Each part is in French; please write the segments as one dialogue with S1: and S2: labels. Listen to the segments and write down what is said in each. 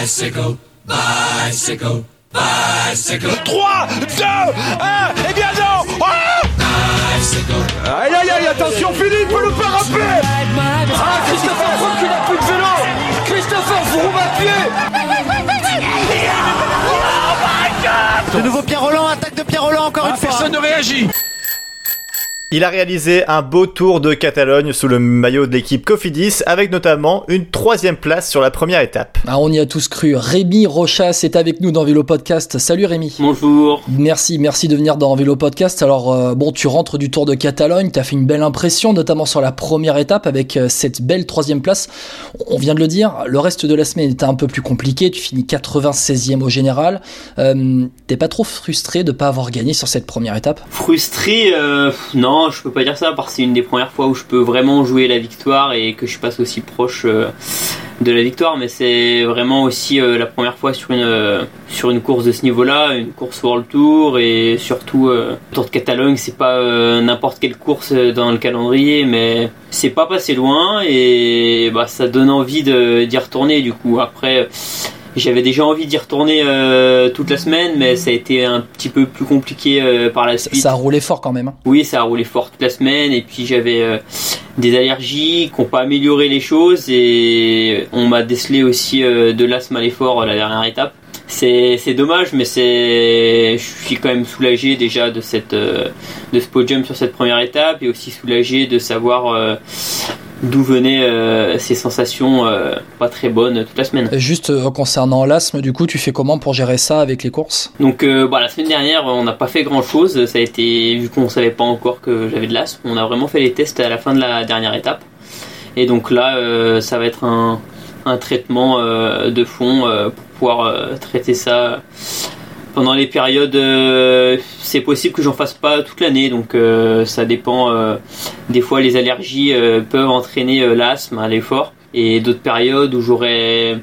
S1: bicycle, bicycle, bicycle.
S2: 3, 2, 1, et bien non Ah
S1: Bicycle,
S2: Aïe aïe aïe, attention Philippe, peut nous faire rappeler
S3: Ah, Christopher Froome qui n'a plus de vélo Christopher Froome à pied
S4: De nouveau Pierre Roland, attaque de Pierre Roland
S3: Ah,
S4: encore une fois.
S2: Personne ne réagit
S5: Il a réalisé un beau tour de Catalogne sous le maillot de l'équipe Cofidis avec notamment une troisième place sur la première étape.
S6: Ah, on y a tous cru. Rémi Rochas est avec nous dans Vélo Podcast. Salut Rémi.
S7: Bonjour.
S6: Merci, merci de venir dans Vélo Podcast. Alors, euh, bon, tu rentres du Tour de Catalogne, t'as fait une belle impression, notamment sur la première étape avec euh, cette belle troisième place. On vient de le dire, le reste de la semaine était un peu plus compliqué, tu finis 96e au général. Euh, T'es pas trop frustré de pas avoir gagné sur cette première étape
S7: Frustré, euh, pff, non, je peux pas dire ça parce que c'est une des premières fois où je peux vraiment jouer la victoire et que je passe aussi proche euh, de la victoire. Mais c'est vraiment aussi euh, la première fois sur une euh, sur une course de ce niveau-là, une course World Tour et surtout euh, le Tour de Catalogne. C'est pas euh, n'importe quelle course euh, dans le calendrier, mais c'est pas passé loin et bah ça donne envie de d'y retourner. Du coup, après. J'avais déjà envie d'y retourner euh, toute la semaine, mais ça a été un petit peu plus compliqué euh, par la
S6: Ça-
S7: suite.
S6: Ça a roulé fort quand même. hein.
S7: Oui, ça a roulé fort toute la semaine et puis j'avais euh, des allergies qui n'ont pas amélioré les choses et on m'a décelé aussi euh, de l'asthme à l'effort à la dernière étape. C'est c'est dommage, mais c'est je suis quand même soulagé déjà de cette euh, de ce podium sur cette première étape et aussi soulagé de savoir euh, d'où venaient euh, ces sensations euh, pas très bonnes toute la semaine.
S6: Euh, Juste euh, concernant l'asthme, du coup, tu fais comment pour gérer ça avec les courses
S7: Donc euh, bah, la semaine dernière, on n'a pas fait grand-chose. Ça a été vu qu'on savait pas encore que j'avais de l'asthme. On a vraiment fait les tests à la fin de la dernière étape. Et donc là, euh, ça va être un, un traitement euh, de fond euh, pour pouvoir euh, traiter ça pendant les périodes. euh, c'est possible que j'en fasse pas toute l'année, donc euh, ça dépend. euh, des fois, les allergies euh, peuvent entraîner euh, l'asthme à l'effort, et d'autres périodes où j'aurais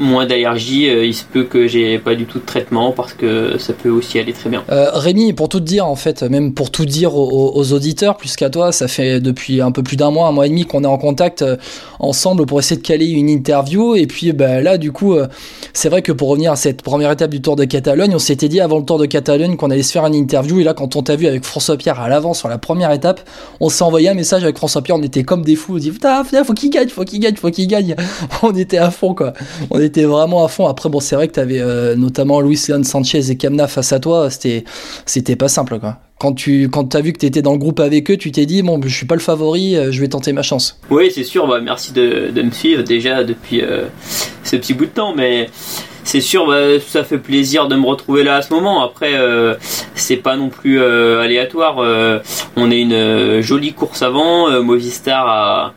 S7: moins d'allergies, euh, il se peut que j'ai pas du tout de traitement parce que ça peut aussi aller très bien.
S6: Euh, Rémi, pour tout te dire, en fait, même pour tout dire aux, aux- aux auditeurs, plus qu'à toi, ça fait depuis un peu plus d'un mois, un mois et demi qu'on est en contact euh, ensemble pour essayer de caler une interview. Et puis bah, là, du coup, euh, c'est vrai que pour revenir à cette première étape du Tour de Catalogne, on s'était dit avant le Tour de Catalogne qu'on allait se faire une interview. Et là, quand on t'a vu avec François Pierre à l'avant sur la première étape, on s'est envoyé un message avec François Pierre. On était comme des fous. On dit putain, putain, faut qu'il gagne, faut qu'il gagne, faut qu'il gagne. on était à fond, quoi. On était vraiment à fond. Après, bon, c'est vrai que t'avais euh, notamment Luis Leon Sanchez et Kamna face à toi. C'était c'était pas simple quoi. Quand tu quand t'as vu que t'étais dans le groupe avec eux, tu t'es dit bon, je suis pas le favori, euh, je vais tenter ma chance.
S7: Oui, c'est sûr, bah, merci de, de me suivre déjà depuis euh, ce petit bout de temps, mais c'est sûr, bah, ça fait plaisir de me retrouver là à ce moment. Après, euh, c'est pas non plus euh, aléatoire. euh, on a une euh, jolie course avant, euh, Movistar a,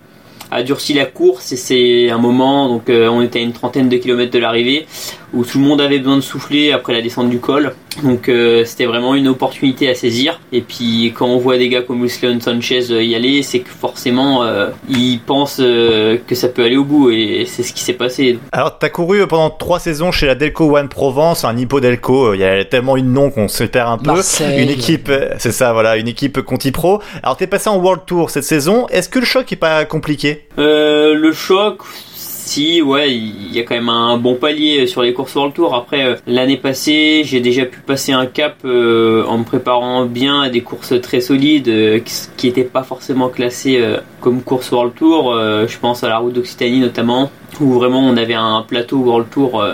S7: a durci la course et c'est un moment, donc euh, on était à une trentaine de kilomètres de l'arrivée, où tout le monde avait besoin de souffler après la descente du col. Donc euh, c'était vraiment une opportunité à saisir. Et puis quand on voit des gars comme Lucian Sanchez euh, y aller, c'est que forcément euh, ils pensent euh, que ça peut aller au bout et c'est ce qui s'est passé.
S5: Alors, t'as couru pendant trois saisons chez la Delco One Provence, un Hippo Delco, euh, il y a tellement une nom qu'on se perd un peu.
S6: Marseille.
S5: Une équipe, euh, c'est ça, voilà, une équipe Conti Pro. Alors, t'es passé en World Tour cette saison. Est-ce que le choc est pas compliqué
S7: Euh, le choc. Si, ouais, il y a quand même un bon palier sur les courses World Tour. Après, euh, l'année passée, j'ai déjà pu passer un cap euh, en me préparant bien à des courses très solides euh, qui- qui n'étaient pas forcément classées euh, comme courses World Tour. Euh, je pense à la route d'Occitanie notamment, où vraiment on avait un plateau World Tour euh,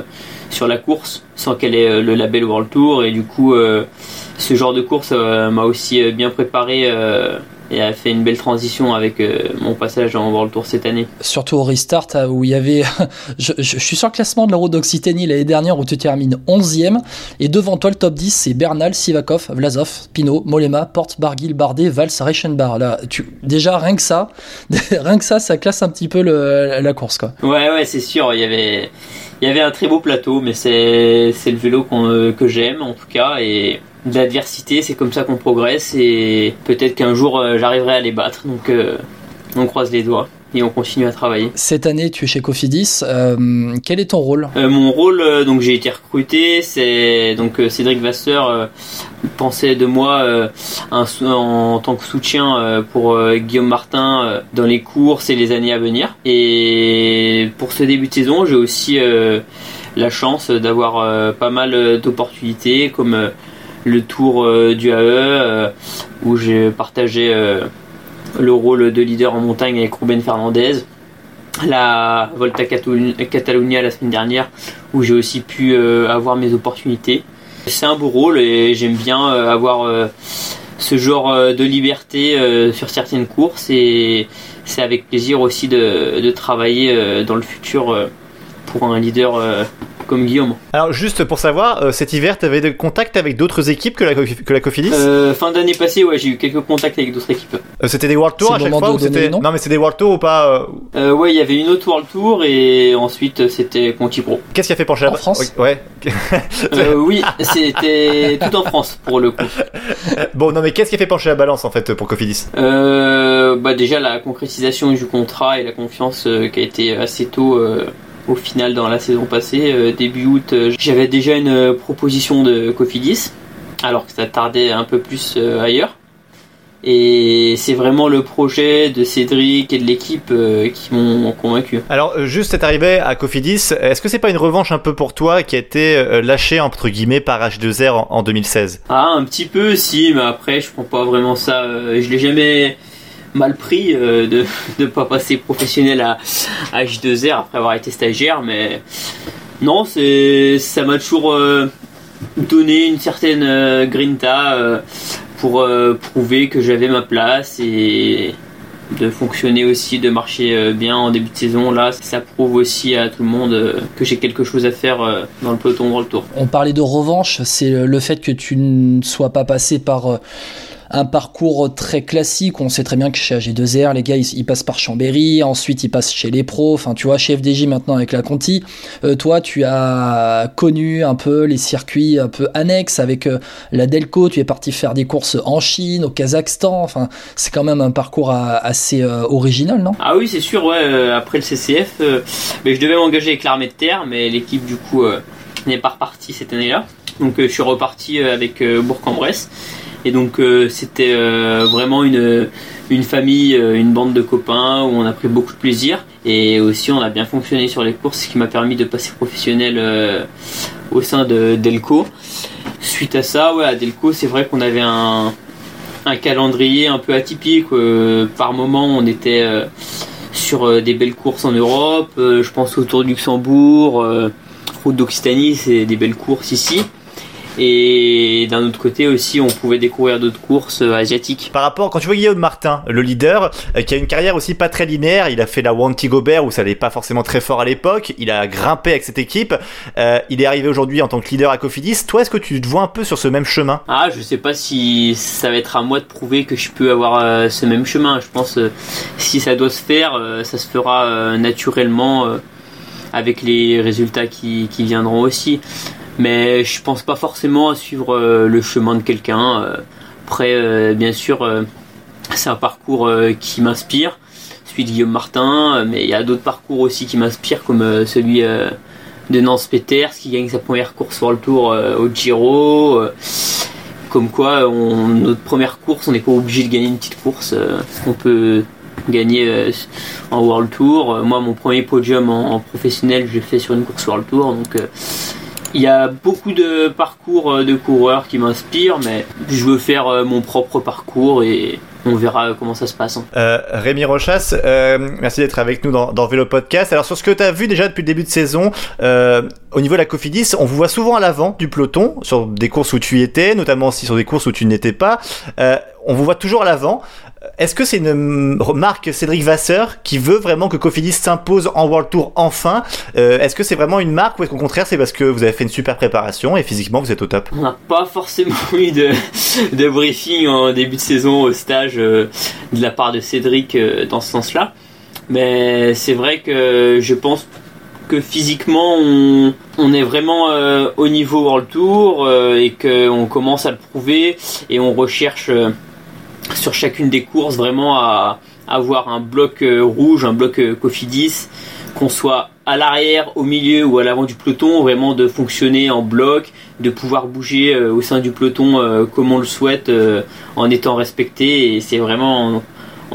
S7: sur la course, sans qu'elle ait euh, le label World Tour. Et du coup, euh, ce genre de course euh, m'a aussi euh, bien préparé euh, et a fait une belle transition avec euh, mon passage en World Tour cette année.
S6: Surtout au restart euh, où il y avait, je, je- je suis sur le classement de la route d'Occitanie l'année dernière où tu termines 11e et devant toi le top 10 c'est Bernal, Sivakov, Vlasov, Pino, Molema, Porte, Barguil, Bardet, Valls, Reichenbach. Là, tu déjà rien que ça, rien que ça, ça classe un petit peu le- la course quoi.
S7: Ouais, ouais, c'est sûr. Il y avait, il y avait un très beau plateau, mais c'est, c'est le vélo qu'on, euh, que j'aime en tout cas. Et de l'adversité, c'est comme ça qu'on progresse. Et peut-être qu'un jour, euh, j'arriverai à les battre. Donc, euh, on croise les doigts. et on continue à travailler.
S6: Cette année, tu es chez Cofidis. Euh, quel est ton rôle
S7: Euh, mon rôle, euh, donc j'ai été recruté, c'est donc euh, Cédric Vasseur euh, pensait de moi euh, un sou- en tant que soutien euh, pour euh, Guillaume Martin euh, dans les courses et les années à venir. Et pour ce début de saison, j'ai aussi euh, la chance d'avoir euh, pas mal euh, d'opportunités comme euh, le tour euh, du AE euh, où j'ai partagé euh, le rôle de leader en montagne avec Ruben Fernandez. La Volta Catalu- Catalunya la semaine dernière où j'ai aussi pu euh, avoir mes opportunités. C'est un beau rôle et j'aime bien euh, avoir euh, ce genre euh, de liberté euh, sur certaines courses et c'est avec plaisir aussi de, de travailler euh, dans le futur euh, pour un leader euh, comme Guillaume.
S5: Alors, juste pour savoir, euh, cet hiver, t'avais des contacts avec d'autres équipes que la, Co- que la Cofidis
S7: Euh, fin d'année passée, ouais, j'ai eu quelques contacts avec d'autres équipes.
S5: Euh, C'était des World Tour
S6: C'est
S5: à
S6: le
S5: chaque
S6: moment
S5: fois
S6: de
S5: ou
S6: donner
S5: c'était.
S6: le nom
S5: Non, mais c'est des World Tour ou pas euh,
S7: Euh, ouais, il y avait une autre World Tour et ensuite euh, c'était Conti Pro.
S5: Qu'est-ce qu'il a fait pour Chabat
S6: En France
S5: Ouais.
S7: Euh, oui, c'était tout en France pour le coup.
S5: Bon, non, mais qu'est-ce qui a fait pencher la balance en fait pour Cofidis
S7: Euh, bah déjà la concrétisation du contrat et la confiance euh, qui a été assez tôt euh, au final dans la saison passée. Euh, début août, euh, j'avais déjà une euh, proposition de Cofidis, alors que ça tardait un peu plus euh, ailleurs. Et c'est vraiment le projet de Cédric et de l'équipe euh, qui m'ont convaincu.
S5: Alors, euh, juste cette arrivée à Cofidis, est-ce que c'est pas une revanche un peu pour toi qui a été euh, lâchée entre guillemets par H2R en, en 2016
S7: Ah, un petit peu, si, mais après, je prends pas vraiment ça. euh, je l'ai jamais mal pris euh, de ne pas passer professionnel à, à H2R après avoir été stagiaire, mais non, c'est ça m'a toujours euh, donné une certaine euh, grinta euh, pour euh, prouver que j'avais ma place et de fonctionner aussi, de marcher euh, bien en début de saison. Là, ça prouve aussi à tout le monde euh, que j'ai quelque chose à faire euh, dans le peloton dans le tour.
S6: On parlait de revanche, c'est le fait que tu ne sois pas passé par euh, un parcours très classique. On sait très bien que chez AG2R, les gars, ils, ils passent par Chambéry, ensuite ils passent chez les pros, enfin tu vois, chez FDJ maintenant avec la Conti. Euh, toi, tu as connu un peu les circuits un peu annexes avec euh, la Delco, tu es parti faire des courses en Chine, au Kazakhstan, enfin c'est quand même un parcours à- assez euh, original, non
S7: Ah oui, c'est sûr, ouais, euh, après le CCF, euh, mais je devais m'engager avec l'armée de terre, mais l'équipe du coup euh, n'est pas repartie cette année-là. Donc euh, je suis reparti euh, avec euh, Bourg-en-Bresse. Et donc euh, c'était euh, vraiment une, une famille, euh, une bande de copains où on a pris beaucoup de plaisir. Et aussi on a bien fonctionné sur les courses, ce qui m'a permis de passer professionnel euh, au sein de Delco. Suite à ça, ouais, à Delco, c'est vrai qu'on avait un, un calendrier un peu atypique. euh, par moment, on était euh, sur euh, des belles courses en Europe. euh, je pense autour du Luxembourg, euh, route d'Occitanie, c'est des belles courses ici. Et d'un autre côté aussi, on pouvait découvrir d'autres courses euh, asiatiques.
S5: Par rapport, quand tu vois Guillaume Martin, le leader, euh, qui a une carrière aussi pas très linéaire, il a fait la Wanty Gobert où ça allait pas forcément très fort à l'époque, il a grimpé avec cette équipe, euh, il est arrivé aujourd'hui en tant que leader à Cofidis. Toi, est-ce que tu te vois un peu sur ce même chemin
S7: Ah, je sais pas si ça va être à moi de prouver que je peux avoir euh, ce même chemin. Je pense euh, si ça doit se faire, euh, ça se fera euh, naturellement euh, avec les résultats qui, qui viendront aussi. Mais je pense pas forcément à suivre euh, le chemin de quelqu'un. euh. Après, euh, bien sûr, euh, c'est un parcours euh, qui m'inspire, celui de Guillaume Martin, euh, mais il y a d'autres parcours aussi qui m'inspirent, comme euh, celui euh, de Nance Peters qui gagne sa première course sur le tour euh, au Giro. euh, comme quoi, on, notre première course, on n'est pas obligé de gagner une petite course. euh, on peut gagner euh, en World Tour. Euh, Moi, mon premier podium en, en professionnel, je l'ai fait sur une course World Tour. Donc, euh, il y a beaucoup de parcours euh, de coureurs qui m'inspirent, mais je veux faire euh, mon propre parcours et on verra comment ça se passe. hein.
S5: Euh, Rémi Rochas, euh, merci d'être avec nous dans, dans Vélo Podcast. Alors sur ce que tu as vu déjà depuis le début de saison, euh, au niveau de la Cofidis, on vous voit souvent à l'avant du peloton sur des courses où tu étais, notamment aussi sur des courses où tu n'étais pas. Euh, on vous voit toujours à l'avant. Est-ce que c'est une hum, marque Cédric Vasseur qui veut vraiment que Cofidis s'impose en World Tour enfin Euh, Est-ce que c'est vraiment une marque ou est-ce qu'au contraire c'est parce que vous avez fait une super préparation et physiquement vous êtes au top
S7: On n'a pas forcément eu de, de briefing en début de saison au stage euh, de la part de Cédric euh, dans ce sens-là. Mais c'est vrai que je pense que physiquement, on, on est vraiment euh, au niveau World Tour euh, et qu'on commence à le prouver et on recherche euh, sur chacune des courses vraiment à, avoir un bloc euh, rouge, un bloc euh, Cofidis, qu'on soit à l'arrière, au milieu ou à l'avant du peloton, vraiment de fonctionner en bloc, de pouvoir bouger euh, au sein du peloton euh, comme on le souhaite euh, en étant respecté. Et c'est vraiment en,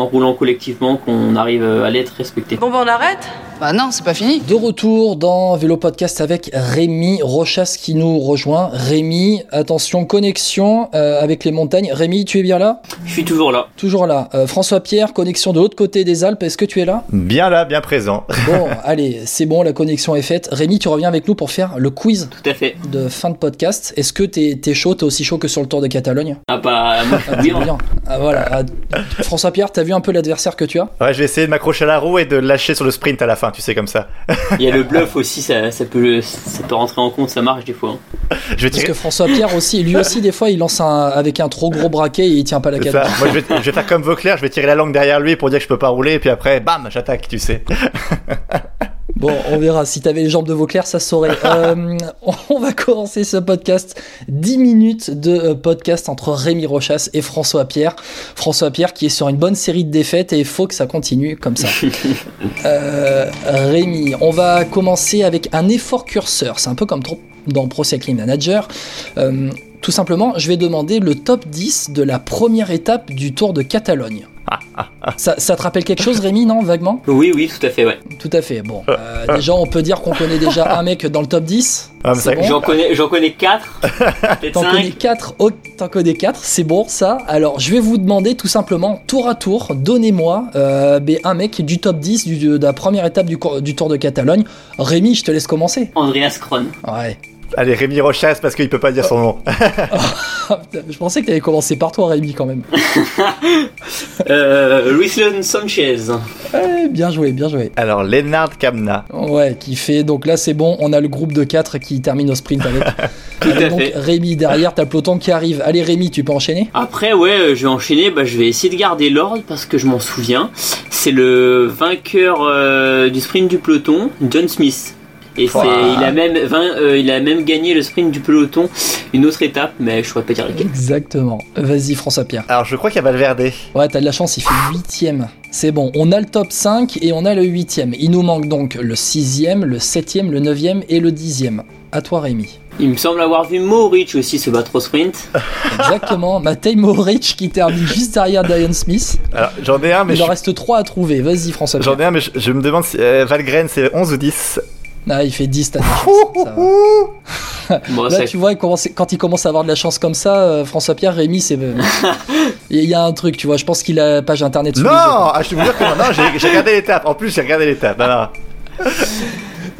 S7: en roulant collectivement qu'on arrive euh, à l'être respecté.
S8: Bon, ben on arrête
S9: Bah non, c'est pas fini.
S6: De retour dans Vélo Podcast avec Rémi Rochas qui nous rejoint. Rémi, attention, connexion euh, avec les montagnes. Rémi, tu es bien là
S7: Je suis toujours là.
S6: Toujours là. Euh, François-Pierre, connexion de l'autre côté des Alpes, est-ce que tu es là
S5: Bien là, bien présent.
S6: Bon, allez, c'est bon, la connexion est faite. Rémi, tu reviens avec nous pour faire le quiz
S7: Tout à fait.
S6: de fin de podcast. Est-ce que t'es es chaud, t'es aussi chaud que sur le Tour de Catalogne
S7: Ah bah, moi, je suis bien.
S6: Bien. Ah, voilà. Ah, François-Pierre, t'as vu un peu l'adversaire que tu as
S5: Ouais, je vais essayer de m'accrocher à la roue et de le lâcher sur le sprint à la fin, tu sais, comme ça.
S7: Il y a le bluff aussi, ça, ça peut, ça peut rentrer en compte, ça marche des fois. hein.
S5: Je vais
S6: Parce
S5: tirer.
S6: que François-Pierre aussi, lui aussi, des fois, il lance un, avec un trop gros braquet et il tient pas la
S5: c'est
S6: cadence.
S5: ça. Moi, je vais, je vais faire comme Vauclair, je vais tirer la langue derrière lui pour dire que je peux pas rouler, et puis après, bam, j'attaque, tu sais.
S6: Bon, on verra. Si t'avais les jambes de Vauclair, ça se saurait. Euh, on va commencer ce podcast. 10 minutes de euh, podcast entre Rémi Rochas et François Pierre. François Pierre qui est sur une bonne série de défaites et il faut que ça continue comme ça.
S7: hein.
S6: Euh, Rémi, on va commencer avec un effort curseur. C'est un peu comme trop dans Pro Cycling Manager. Euh, tout simplement, je vais demander le top 10 de la première étape du Tour de Catalogne. Ça, ça te rappelle quelque chose, Rémi, non Vaguement
S7: Oui, oui, tout à fait, ouais.
S6: tout à fait. Bon, euh, déjà, on peut dire qu'on connaît déjà un mec dans le top 10.
S5: Ah, mais
S6: C'est
S5: ça-
S6: bon.
S7: J'en connais, j'en connais 4, peut-être
S6: T'en connais
S7: 5.
S6: 4, oh, t'en connais quatre, c'est bon ça. Alors, je vais vous demander tout simplement, tour à tour, donnez-moi euh, ben, un mec du top 10 du- de la première étape du, cour- du Tour de Catalogne. Rémi, je te laisse commencer.
S7: Andreas Kron.
S6: Ouais.
S5: Allez, Rémi Rochas, parce qu'il peut pas dire son nom.
S6: je pensais que t'avais commencé par toi, Rémi, quand même.
S7: Euh, Ruslan Sanchez.
S6: Ouais, bien joué, bien joué.
S5: Alors, Lennard Kamna.
S6: Ouais, qui fait. Donc là, c'est bon, on a le groupe de 4 qui termine au sprint avec.
S7: Tout
S6: Avec
S7: à
S6: donc
S7: fait.
S6: Rémi derrière, t'as le peloton qui arrive. Allez, Rémi, tu peux enchaîner
S7: Après, ouais, euh, je vais enchaîner. Bah, je vais essayer de garder l'ordre parce que je m'en souviens. C'est le vainqueur euh, du sprint du peloton, John Smith. Et c'est, il a même vingt- euh, il a même gagné le sprint du peloton, une autre étape, mais je ne saurais pas dire laquelle.
S6: Exactement. Vas-y, François-Pierre.
S5: Alors, je crois qu'il y a Valverde.
S6: Ouais, t'as de la chance, il fait huitième. C'est bon, on a le top 5 et on a le huitième. Il nous manque donc le sixième, le septième, le neuvième et le dixième. À toi Rémi.
S7: Il me semble avoir vu Mauric aussi se battre au sprint.
S6: Exactement, Matej Moric qui termine juste derrière Diane Smith.
S5: Alors, j'en ai un, mais
S6: Il
S5: je,
S6: en reste 3 à trouver. Vas-y François.
S5: j'en ai un, mais je, je me demande si euh, Valgren, c'est 11 ou 10.
S6: Ah, il fait 10 t'as de la chance, ça va.
S7: Bon,
S6: Là
S7: ça,
S6: tu vois, il commence- quand il commence à avoir de la chance comme ça, euh, François-Pierre, Rémi, c'est... Il y a un truc, tu vois, je pense qu'il a la page internet sous les
S5: Non,
S6: yeux.
S5: ah, je peux vous dire que non, j'ai- j'ai regardé l'étape. En plus, j'ai regardé l'étape. Non, non.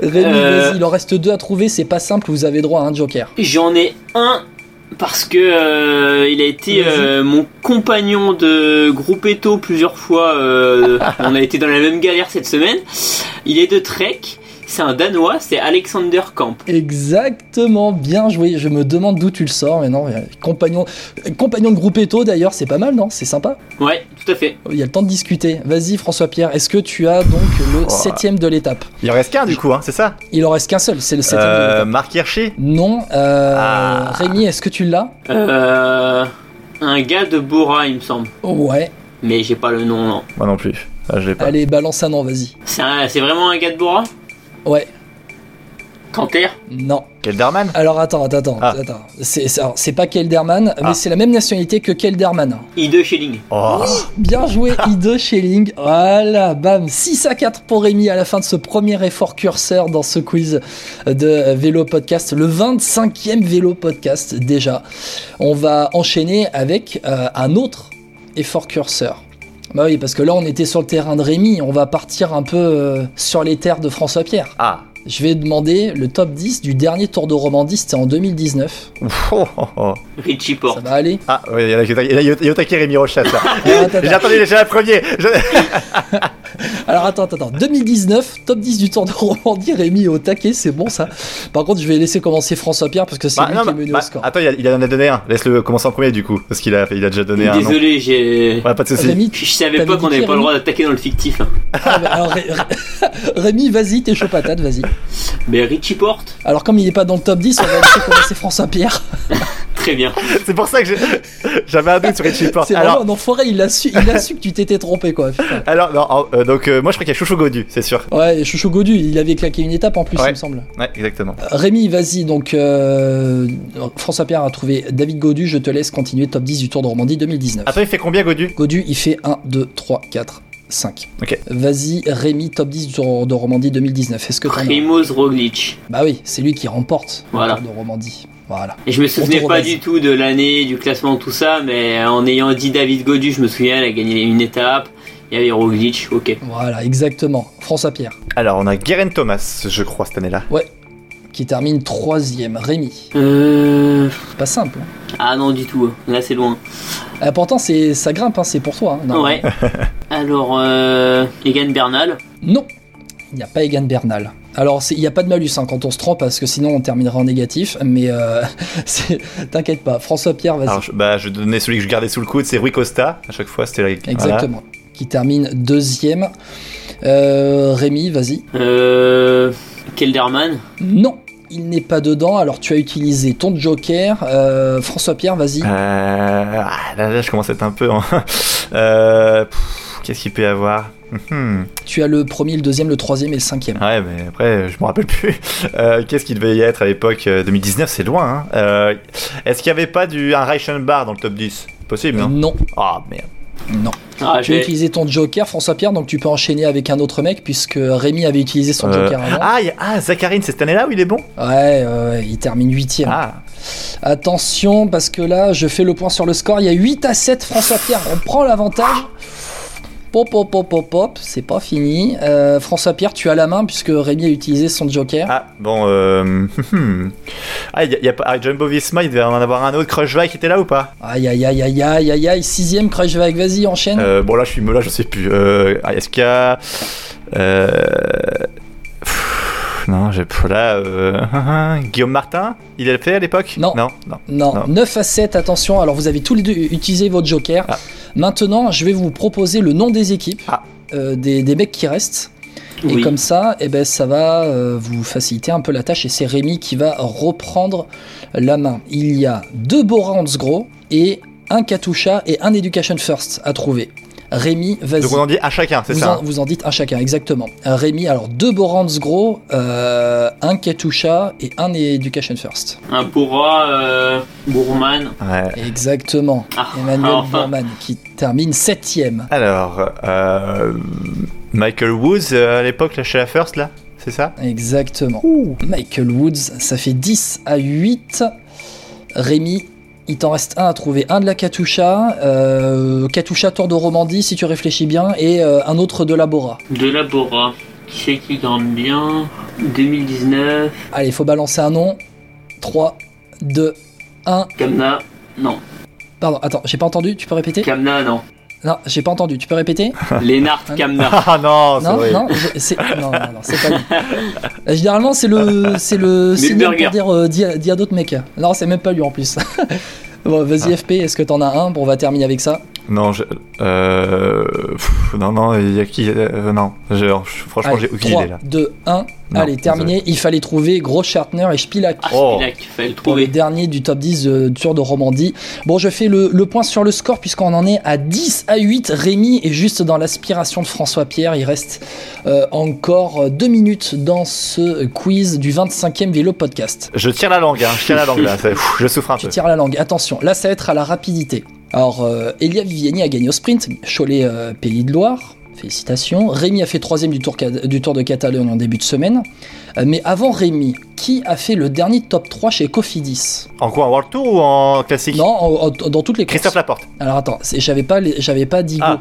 S6: Rémi,
S7: Euh.
S6: vas-y, il en reste 2 à trouver, c'est pas simple, vous avez droit à un joker.
S7: J'en ai un parce que euh, il a été
S6: Vas-y.
S7: euh, mon compagnon de groupetto plusieurs fois. euh, on a été dans la même galère cette semaine. Il est de Trek. C'est un Danois, c'est Alexander Kamp.
S6: Exactement, bien joué. Je me demande d'où tu le sors, mais non, euh, compagnon, euh, compagnon de groupe Eto d'ailleurs, c'est pas mal, non C'est sympa.
S7: Ouais, tout à fait.
S6: Il y a le temps de discuter. Vas-y, François-Pierre, est-ce que tu as donc
S5: Oh.
S6: le septième de l'étape
S5: Il en reste qu'un, du coup, hein, c'est ça
S6: Il en reste qu'un seul, c'est le septième de
S5: euh,
S6: l'étape.
S5: Marc Hirschi
S6: Non, euh,
S5: Ah.
S6: Rémi, est-ce que tu l'as
S7: Euh, un gars de Bora, il me semble.
S6: Ouais.
S7: Mais j'ai pas le nom, non.
S5: Moi non plus. Ah, je l'ai pas.
S6: Allez, balance un nom, vas-y.
S7: C'est un- c'est vraiment un gars de Bora
S6: Ouais.
S7: Canter
S6: Non.
S5: Kelderman
S6: Alors attends, attends, attends.
S5: Ah.
S6: attends. C'est c'est- alors, c'est pas Kelderman, mais
S5: Ah.
S6: c'est la même nationalité que Kelderman.
S7: I2 Schelling.
S5: Oh,
S6: Bien joué, Ido Schelling. Voilà, bam. 6 à 4 pour Rémi à la fin de ce premier effort curseur dans ce quiz de Vélo Podcast. Le 25e Vélo Podcast déjà. On va enchaîner avec euh, un autre effort curseur. Bah oui, parce que là, on était sur le terrain de Rémi. On va partir un peu euh, sur les terres de François-Pierre.
S5: ah.
S6: Je vais demander le top 10 du dernier Tour de Romandie. C'était en 2019.
S5: Ouf, oh, oh, oh.
S7: Richie
S6: Ça
S7: Porte.
S6: va aller
S5: Ah, oui, il y en a qui- il y en a- il y en a qui Rémi Rochas, là.
S6: Ah, attends,
S5: J'ai
S6: attends.
S5: attendu déjà le premier. Je-
S6: Alors attends, attends, attends. 2019, top 10 du Tour de Romandie, Rémi est au taquet, c'est bon ça. Par contre, je vais laisser commencer François Pierre parce que c'est
S5: Bah,
S6: lui
S5: non,
S6: qui est
S5: bah,
S6: mené
S5: bah,
S6: au score.
S5: attends, il, y a- il en a donné un. Laisse-le commencer en premier, du coup. Parce qu'il a, il a déjà donné un. nom.
S7: Désolé, j'ai.
S5: Ouais, pas de soucis.
S6: Rémi,
S7: Je
S6: tu-
S7: savais
S6: T'avais
S7: pas
S6: dit
S7: qu'on
S6: qui,
S7: avait pas le
S6: Rémi
S7: droit d'attaquer dans le fictif. hein.
S6: ah, bah, alors, Ré- Ré- Rémi, vas-y, t'es chaud patate, vas-y.
S7: Mais Richie Porte
S6: Alors comme il n'est pas dans le top 10, on va laisser commencer François Pierre.
S7: très bien.
S5: C'est pour ça que j'ai- j'avais un doute sur Richie Porte.
S6: C'est vraiment
S5: Alors,
S6: un enfoiré, il a su, il a su que tu t'étais trompé quoi. putain.
S5: alors non, euh, donc euh, moi je crois qu'il y a Chouchou Godu, c'est sûr.
S6: Ouais, et Chouchou Godu, il avait claqué une étape en plus,
S5: Ouais.
S6: il me semble. Euh,
S5: Ouais, exactement.
S6: Rémi, vas-y, donc euh, François Pierre a trouvé David Godu, je te laisse continuer, top 10 du Tour de Romandie 2019.
S5: Attends, il fait combien Godu
S6: Godu, il fait 1, 2, 3, 4, 5.
S5: Ok.
S6: Vas-y, Rémi, top 10 du Tour de Romandie 2019. Est-ce que t'en as
S7: Primoz Roglic.
S6: Bah oui, c'est lui qui remporte
S7: Voilà.
S6: le Tour de Romandie. Voilà.
S7: Et je me souvenais
S6: te
S7: pas
S6: remercie.
S7: du tout de l'année, du classement, tout ça, mais euh, en ayant dit David Godu, je me souviens, elle a gagné une étape. Il y avait Roglic, ok.
S6: Voilà, exactement. François Pierre,
S5: Alors on a Guerin Thomas, je crois, cette année-là.
S6: qui termine troisième. Rémi,
S7: Euh...
S6: pas simple.
S7: Ah non, du tout. Là, c'est loin.
S6: Ah, pourtant, c'est, ça grimpe, hein, c'est pour toi. hein. Non,
S7: Ouais. Alors, euh... Egan Bernal.
S6: non, il n'y a pas Egan Bernal. Alors, c'est- il n'y a pas de malus hein, quand on se trompe, parce que sinon on terminera en négatif. Mais euh, c'est- t'inquiète pas, François-Pierre, vas-y.
S5: Alors je, bah, je donnais celui que je gardais sous le coude, c'est Rui Costa. À chaque fois, c'était la. voilà.
S6: Exactement. Qui termine deuxième. Euh, Rémi, vas-y.
S7: Euh... Kelderman.
S6: Non, il n'est pas dedans. Alors, tu as utilisé ton joker. Euh, François-Pierre, vas-y.
S5: Euh, ah, là, là, je commence à être un peu. en- Euh, pff, Qu'est-ce qu'il peut y avoir Hum,
S6: Tu as le premier, le deuxième, le troisième et le cinquième.
S5: Ouais, mais après, je me rappelle plus. Euh, Qu'est-ce qu'il devait y être à l'époque Euh, 2019, c'est loin. hein. Euh, Est-ce qu'il n'y avait pas du, un Reichenbach dans le top 10 Possible, non
S6: non,
S5: Ah, merde.
S6: non. Tu
S7: Ah,
S6: as
S7: j'ai-
S6: utilisé ton joker, François-Pierre, donc tu peux enchaîner avec un autre mec, puisque Rémi avait utilisé son
S5: Euh,
S6: joker avant.
S5: Ah, il y a- ah, Zacharine, c'est cette année-là où il est bon
S6: Ouais, ouais, il termine huitième.
S5: Ah,
S6: Attention, parce que là, je fais le point sur le score. Il y a 8 à 7, François-Pierre on prend l'avantage. Pop, pop, pop, pop, pop, c'est pas fini. Euh, François-Pierre, tu as la main, puisque Rémi a utilisé son joker.
S5: ah bon, euh. hum, hum. ah, il y a, il y a pas. ah, Jumbo Visma, il devait en avoir un autre. Crushvai qui était là ou pas
S6: Aïe, aïe, aïe, aïe, aïe, aïe, aïe. Sixième, Krejvik, vas-y, enchaîne.
S5: Euh, bon là je suis là je sais plus. Euh, ah, Est-ce qu'il y a... Euh... pff, Non, j'ai pff, là euh, Guillaume Martin, il l'a fait à l'époque
S6: Non.
S5: non, non.
S6: Non,
S5: non.
S6: 9 à 7, attention. Alors, vous avez tous les deux utilisé votre joker.
S5: Ah.
S6: Maintenant, je vais vous proposer le nom des équipes,
S5: Ah.
S6: euh, des, des mecs qui restent. Et
S7: Oui.
S6: comme ça, eh ben, ça va euh, vous faciliter un peu la tâche. Et c'est Rémi qui va reprendre la main. Il y a deux Bora Hansgrohe et un Katusha et un Education First à trouver. Rémi, vas-y.
S5: Donc on en dit à chacun, c'est
S6: Vous
S5: ça hein?
S6: en, vous en dites un chacun, exactement. Un Rémi, alors deux Borans Gros, euh, un Katusha et un Education First.
S7: Un Bourra, euh... Bourman.
S5: hein Ouais.
S6: Exactement.
S7: Ah,
S6: Emmanuel
S7: enfin.
S6: Bourman qui termine septième.
S5: Alors, euh, Michael Woods euh, à l'époque là, chez la First là, c'est ça
S6: Exactement. Michael Woods, ça fait 10 à 8. Rémi, il t'en reste un à trouver. Un de la Katusha, euh, Katusha Tour de Romandie si tu réfléchis bien, et euh, un autre de la Bora.
S7: De la Bora. Qui c'est qui gagne bien 2019.
S6: Allez, faut balancer un nom. 3, 2, 1.
S7: Kamna. Non.
S6: Pardon, attends, j'ai pas entendu, tu peux répéter
S7: Kamna, non.
S6: Non, j'ai pas entendu, tu peux répéter
S7: Lennart Kamna.
S5: Ah non, c'est
S6: Non,
S5: vrai.
S6: non, je- c'est non, non, non, c'est pas lui. Euh, Généralement, c'est le, c'est le synonyme
S7: Milberger.
S6: pour dire euh, dis à- dis à d'autres mecs. Non, c'est même pas lui en plus. bon, vas-y
S5: Ah.
S6: FP, est-ce que t'en as un Bon, on va terminer avec ça.
S5: Non, je, euh, pff, non, non, il y a qui euh, Non, je- franchement j'ai aucune
S6: 3,
S5: idée là.
S6: 2, 1.
S5: Non,
S6: Allez, terminé. Il fallait trouver Groschartner et Spilak.
S7: Ah,
S5: Oh.
S7: Spilak, fallait le
S6: Pour le
S7: trouver.
S6: dernier du top 10 de Tour de Romandie. Bon, je fais le, le point sur le score puisqu'on en est à 10 à 8. Rémi est juste dans l'aspiration de François-Pierre. Il reste euh, encore 2 minutes dans ce quiz du 25e Vélo Podcast.
S5: Je tire la langue, hein, je tire la langue là, ça- pff, je souffre un
S6: Tu
S5: peu.
S6: tires la langue. Attention, là ça va être à la rapidité. Alors, euh, Elia Viviani a gagné au sprint, Cholet euh, Pays de Loire, félicitations. Rémi a fait troisième du tour, Ca- du tour de Catalogne en début de semaine. Euh, mais avant Rémi, qui a fait le dernier top 3 chez Cofidis
S5: En quoi, en World Tour ou en classique
S6: Non, en- en- dans toutes les courses.
S5: Christophe Laporte.
S6: Alors attends, c'est- j'avais pas, les- j'avais pas dit
S5: Ah. Oh.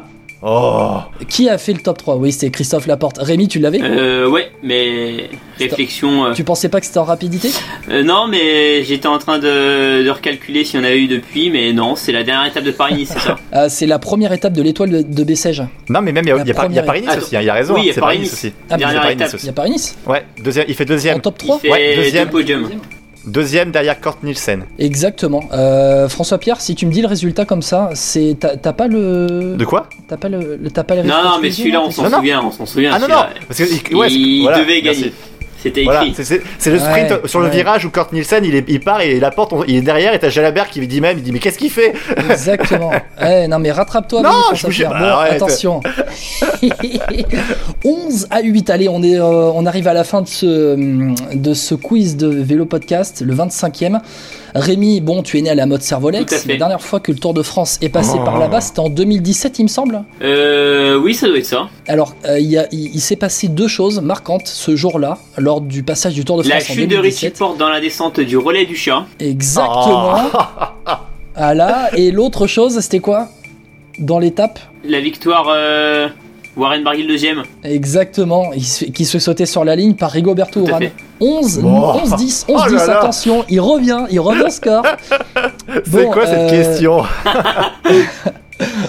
S6: go. Qui a fait le top 3 Oui, c'était Christophe Laporte. Rémi, tu l'avais
S7: Euh, ouais, mais réflexion. euh,
S6: Tu pensais pas que c'était en rapidité
S7: euh, non, mais j'étais en train de, de recalculer s'il y en a eu depuis, mais non, c'est la dernière étape de Paris-Nice, c'est ça
S6: Euh, C'est la première étape de l'étoile de, de Bessèges.
S5: Non, mais même il y a,
S6: La
S5: il y a, Par- il y a
S6: première-
S5: Paris-Nice
S7: Attends.
S5: aussi, hein, il a raison,
S7: Ah, Oui,
S5: hein,
S7: il y a
S5: c'est
S7: Paris-Nice.
S5: Paris-Nice aussi.
S6: Ah,
S5: C'est
S7: Dernière
S5: Paris-Nice
S7: étape.
S5: aussi.
S6: Il y a Paris-Nice
S5: Ouais, deuxième, il fait
S6: en
S5: deuxième.
S6: top
S7: Il
S6: 3
S7: fait
S5: Ouais, deuxième.
S7: deux podiums.
S5: Deuxième derrière Kort Nielsen.
S6: Exactement. Euh, François-Pierre, si tu me dis le résultat comme ça, c'est t'as t'as pas le
S5: De quoi
S6: t'as pas le le- t'as pas les
S7: Non,
S6: résultats
S7: non,
S6: sous
S7: mais
S6: les yeux,
S7: celui-là,
S6: là,
S7: on
S6: t'es
S7: s'en
S5: Non, non.
S7: souvient, on s'en souvient.
S5: Ah non, non
S7: celui-là.
S5: parce que,
S7: Il
S5: ouais, c'est- voilà,
S7: devait
S5: merci.
S7: gagner. C'était
S5: Voilà,
S7: écrit.
S5: c'est- c'est c'est le
S6: Ouais,
S5: sprint sur le
S6: ouais.
S5: virage où Kurt Nielsen il, est- il part et la porte, on- il est derrière et t'as Jalabert qui lui dit même, il dit mais qu'est-ce qu'il fait
S6: Exactement. Eh, non, mais rattrape-toi.
S5: Non,
S6: Manu, pour
S5: je
S6: ça
S5: me suis-
S6: faire.
S5: bah,
S6: Bon,
S5: arrête.
S6: attention. 11 à 8. Allez, on, est, euh, on arrive à la fin de ce, de ce quiz de Vélo Podcast, le 25e. Rémi, bon, tu es né à la mode
S7: Tout à
S6: Servolex.
S7: fait.
S6: La dernière fois que le Tour de France est
S5: Oh.
S6: passé par là-bas, c'était en 2017, il me semble.
S7: Euh, oui, ça doit être ça.
S6: Alors, euh, il, y a- il- il s'est passé deux choses marquantes ce jour-là, lors du passage du Tour de
S7: La
S6: France en
S7: chute de
S6: 2017.
S7: Richie Porte dans la descente du relais du chat.
S6: Exactement. Ah là, et l'autre chose, c'était quoi Dans l'étape
S7: La victoire euh, Warren Barguil deuxième.
S6: Exactement, il se- qui se sautait sur la ligne par Rigoberto
S7: Tout à
S6: Urán.
S7: fait.
S6: 11,
S5: Oh.
S6: 11, 10, 11,
S5: Oh là
S6: 10,
S5: là.
S6: attention, il revient, il revient au score.
S5: C'est
S6: Bon,
S5: quoi cette
S6: euh,
S5: question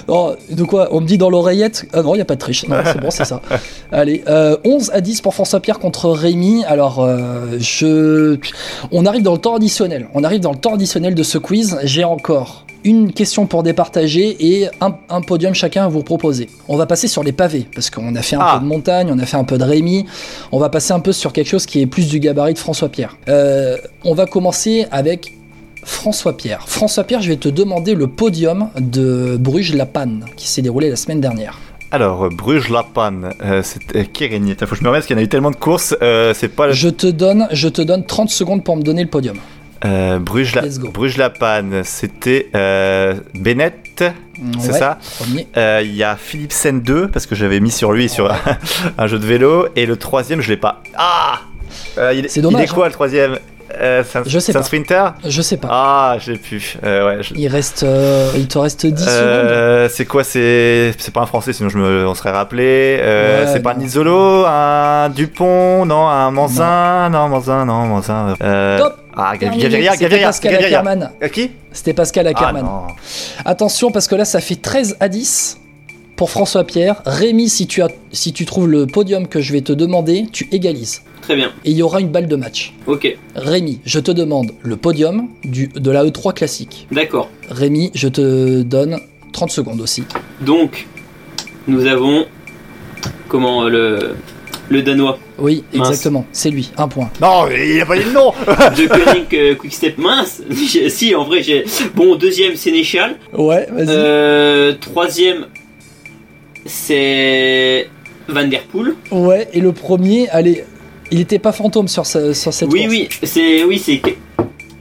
S6: Oh, de quoi On me dit dans l'oreillette Ah non, il n'y a pas de triche. Non, c'est bon, c'est ça. Allez, euh, 11 à 10 pour François Pierre contre Rémi. Alors, euh, je... on arrive dans le temps additionnel. On arrive dans le temps additionnel de ce quiz. J'ai encore une question pour départager et un, un podium chacun à vous proposer. On va passer sur les pavés, parce qu'on a fait un
S5: Ah.
S6: peu de montagne, on a fait un peu de Rémi. On va passer un peu sur quelque chose qui est plus du gabarit de François Pierre. Euh, on va commencer avec François Pierre. François Pierre, je vais te demander le podium de Bruges-La Panne qui s'est déroulé la semaine dernière.
S5: Alors, euh, Bruges-Lapanne, euh, c'est euh, qui a gagné Attends, Faut que je me remette parce qu'il y en a eu tellement de courses, euh, c'est pas le.
S6: Je te donne, je te donne 30 secondes pour me donner le podium.
S5: Euh, Bruges-La-
S6: Let's go.
S5: Bruges-Lapanne, c'était euh, Bennett, c'est
S6: Ouais,
S5: ça
S6: premier.
S5: Euh, Il y a Philippe Sen 2, parce que j'avais mis sur lui sur un jeu de vélo, et le troisième, je l'ai pas. Ah Euh, il,
S6: C'est dommage, hein.
S5: Il est quoi le troisième Euh, c'est un-
S6: Je sais
S5: c'est un
S6: pas.
S5: sprinter
S6: Je sais pas.
S5: Ah, je l'ai plus. Euh, ouais, je-
S6: Il reste, euh, il te reste 10 secondes.
S5: Euh, c'est quoi C'est c'est pas un français, sinon je me... on serait rappelé. Euh,
S6: Ouais,
S5: c'est pas
S6: non.
S5: un Isolo, un Dupont, non, un Manzin, non, Manzin, non, Manzin. Euh...
S6: Top.
S5: Ah,
S6: Terminé.
S5: Gaviria,
S6: C'était
S5: Gaviria,
S6: Pascal
S5: Gaviria.
S6: Ackermann.
S5: Euh, Qui
S6: C'était Pascal
S5: Ah
S6: Ackermann.
S5: non.
S6: Attention parce que là ça fait 13 à 10 pour François Pierre. Rémi, si tu as, si tu trouves le podium que je vais te demander, tu égalises
S7: Très bien.
S6: et il y aura une balle de match.
S7: Ok.
S6: Rémi, je te demande le podium du, de la E3 classique.
S7: D'accord.
S6: Rémi, je te donne 30 secondes aussi.
S7: Donc, nous avons comment euh, le le danois
S6: Oui,
S7: Mince.
S6: exactement, c'est lui, un point.
S5: Non, il a pas dit le nom.
S7: de Koenig euh, Quickstep mince. J'ai- si en vrai j'ai bon deuxième Sénéchal.
S6: Ouais, vas-y.
S7: Euh, troisième c'est Van der Poel.
S6: Ouais, et le premier, allez, il était pas fantôme sur, ce- sur cette
S7: Oui
S6: course.
S7: oui c'est oui c'est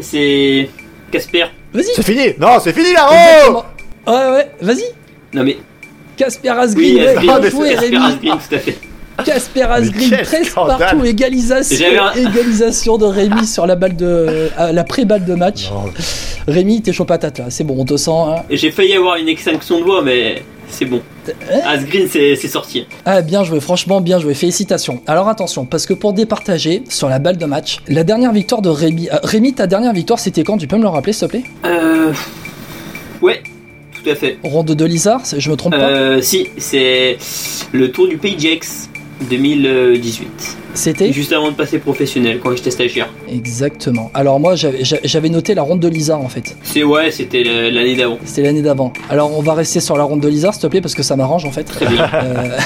S7: c'est Casper.
S5: c'est
S6: Vas-y,
S5: fini. Non, c'est fini là. Oh
S6: exactement. Ouais, ouais, vas-y.
S7: Non mais
S6: Casper
S7: oui
S6: Asgreen, ouais,
S7: Asgreen,
S6: bien
S5: mais
S6: joué,
S7: Casper
S6: Rémi.
S7: Asgreen, tout à fait.
S6: Casper Asgreen,
S5: quel
S6: 13
S5: scandale.
S6: partout, égalisation,
S7: J'avais un-
S6: égalisation de Rémi sur la balle de, à la pré-balle de match. Rémi, t'es chaud patate là, c'est bon, on te sent. hein.
S7: J'ai failli avoir une extinction de voix mais c'est bon.
S6: hein
S7: Asgreen c'est c'est sorti.
S6: Ah bien joué, franchement bien joué, félicitations. Alors attention, parce que pour départager sur la balle de match, la dernière victoire de Rémi, euh, Rémi ta dernière victoire c'était quand Tu peux me le rappeler s'il te plaît
S7: Euh... Ouais, tout à fait.
S6: Ronde de Lizard, c'est- je me trompe pas
S7: Euh, si, c'est le tour du Pays de Gex 2018.
S6: C'était
S7: Juste avant de passer professionnel, quand j'étais stagiaire.
S6: Exactement. Alors moi j'avais- j'a- j'avais noté la ronde de Lizard en fait,
S7: C'est ouais, c'était le- l'année d'avant.
S6: c'était l'année d'avant. Alors on va rester sur la ronde de Lizard s'il te plaît parce que ça m'arrange en fait.
S7: Très bien.
S6: Euh,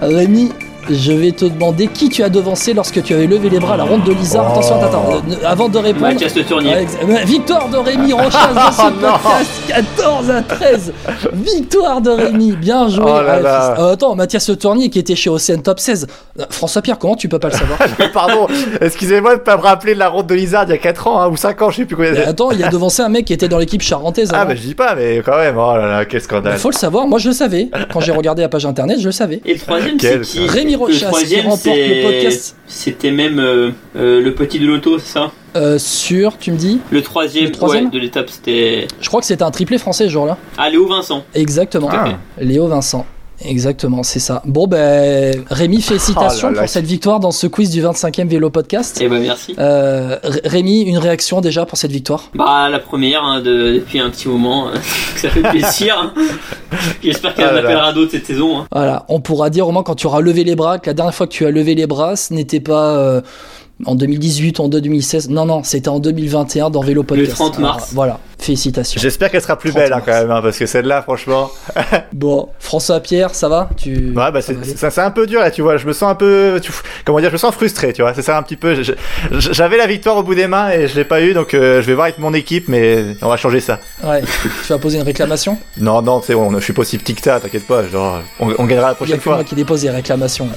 S6: Rémi, je vais te demander qui tu as devancé lorsque tu avais levé les bras à la ronde de Lizard. Attention, attends,
S7: Oh.
S6: attends, euh, avant de répondre...
S7: Match à ce tournier.
S6: Ouais, exa- ouais, victoire de Rémi Rochas dans
S5: Oh,
S6: ce podcast 14 à 13. Victoire de Rémi, bien joué.
S5: Oh là
S6: Ouais,
S5: là.
S6: c'est- euh, attends, Mathias Le Tournier qui était chez Océane Top 16. Euh, François Pierre, comment tu peux pas le savoir
S5: Pardon. Excusez-moi de pas me rappeler de la ronde de Lizard il y a 4 ans hein, ou 5 ans, je sais plus combien.
S6: Mais Euh, Attends, il a devancé un mec qui était dans l'équipe charentaise.
S5: Ah,
S6: avant.
S5: mais je dis pas, mais quand même. Oh là là, quel
S6: Mais
S5: scandale.
S6: faut le savoir, moi je le savais. Quand j'ai regardé la page internet, je le savais.
S7: Et le troisième, c'est
S5: Quel-
S7: qui
S6: Rémi
S7: Le
S6: Rochas qui
S7: troisième,
S6: remporte
S7: c'est-
S6: le podcast
S7: C'était même euh, euh, le petit de l'auto, c'est ça
S6: euh, sur, tu me dis,
S7: Le troisième,
S6: Le troisième
S7: ouais, de l'étape, c'était.
S6: je crois que c'était un triplé français ce jour-là.
S7: Ah, Léo Vincent.
S6: Exactement.
S5: Ah.
S6: Léo Vincent. Exactement, c'est ça. Bon, ben, Rémi, félicitations
S5: Oh là là.
S6: pour cette victoire dans ce quiz du 25e Vélo Podcast.
S7: Eh ben, merci.
S6: Euh, Ré- Rémi, une réaction déjà pour cette victoire
S7: Bah, la première hein, de- depuis un petit moment, euh, que ça fait plaisir. J'espère qu'elle
S5: Ah
S7: en
S5: là là.
S7: appellera d'autres cette saison. hein.
S6: Voilà, on pourra dire au moins quand tu auras levé les bras que la dernière fois que tu as levé les bras, ce n'était pas euh, en 2018 ou en 2016. Non, non, c'était en 2021 dans Vélo Podcast.
S7: Le 30 mars.
S6: voilà, Félicitations.
S5: J'espère qu'elle sera plus
S6: 30
S5: belle hein,
S6: mars.
S5: quand même, hein, parce que celle-là, franchement.
S6: Bon, François Pierre, ça va Tu
S5: Ouais, bah,
S6: ça va
S5: c'est
S6: aller
S5: c'est- c'est un peu dur là, tu vois. Je me sens un peu. tu- Comment dire Je me sens frustré, tu vois. C'est ça un petit peu. je- je- J'avais la victoire au bout des mains et je l'ai pas eu, donc euh, je vais voir avec mon équipe, mais on va changer ça.
S6: Ouais. Tu vas poser une réclamation
S5: Non, non, c'est bon, je suis pas aussi petit que ça, t'inquiète pas. genre, on, on gagnera la
S6: Il y
S5: prochaine
S6: a que moi
S5: fois.
S6: qui dépose les réclamations.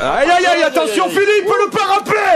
S2: Aïe aïe aïe, attention Philippe, le parapluie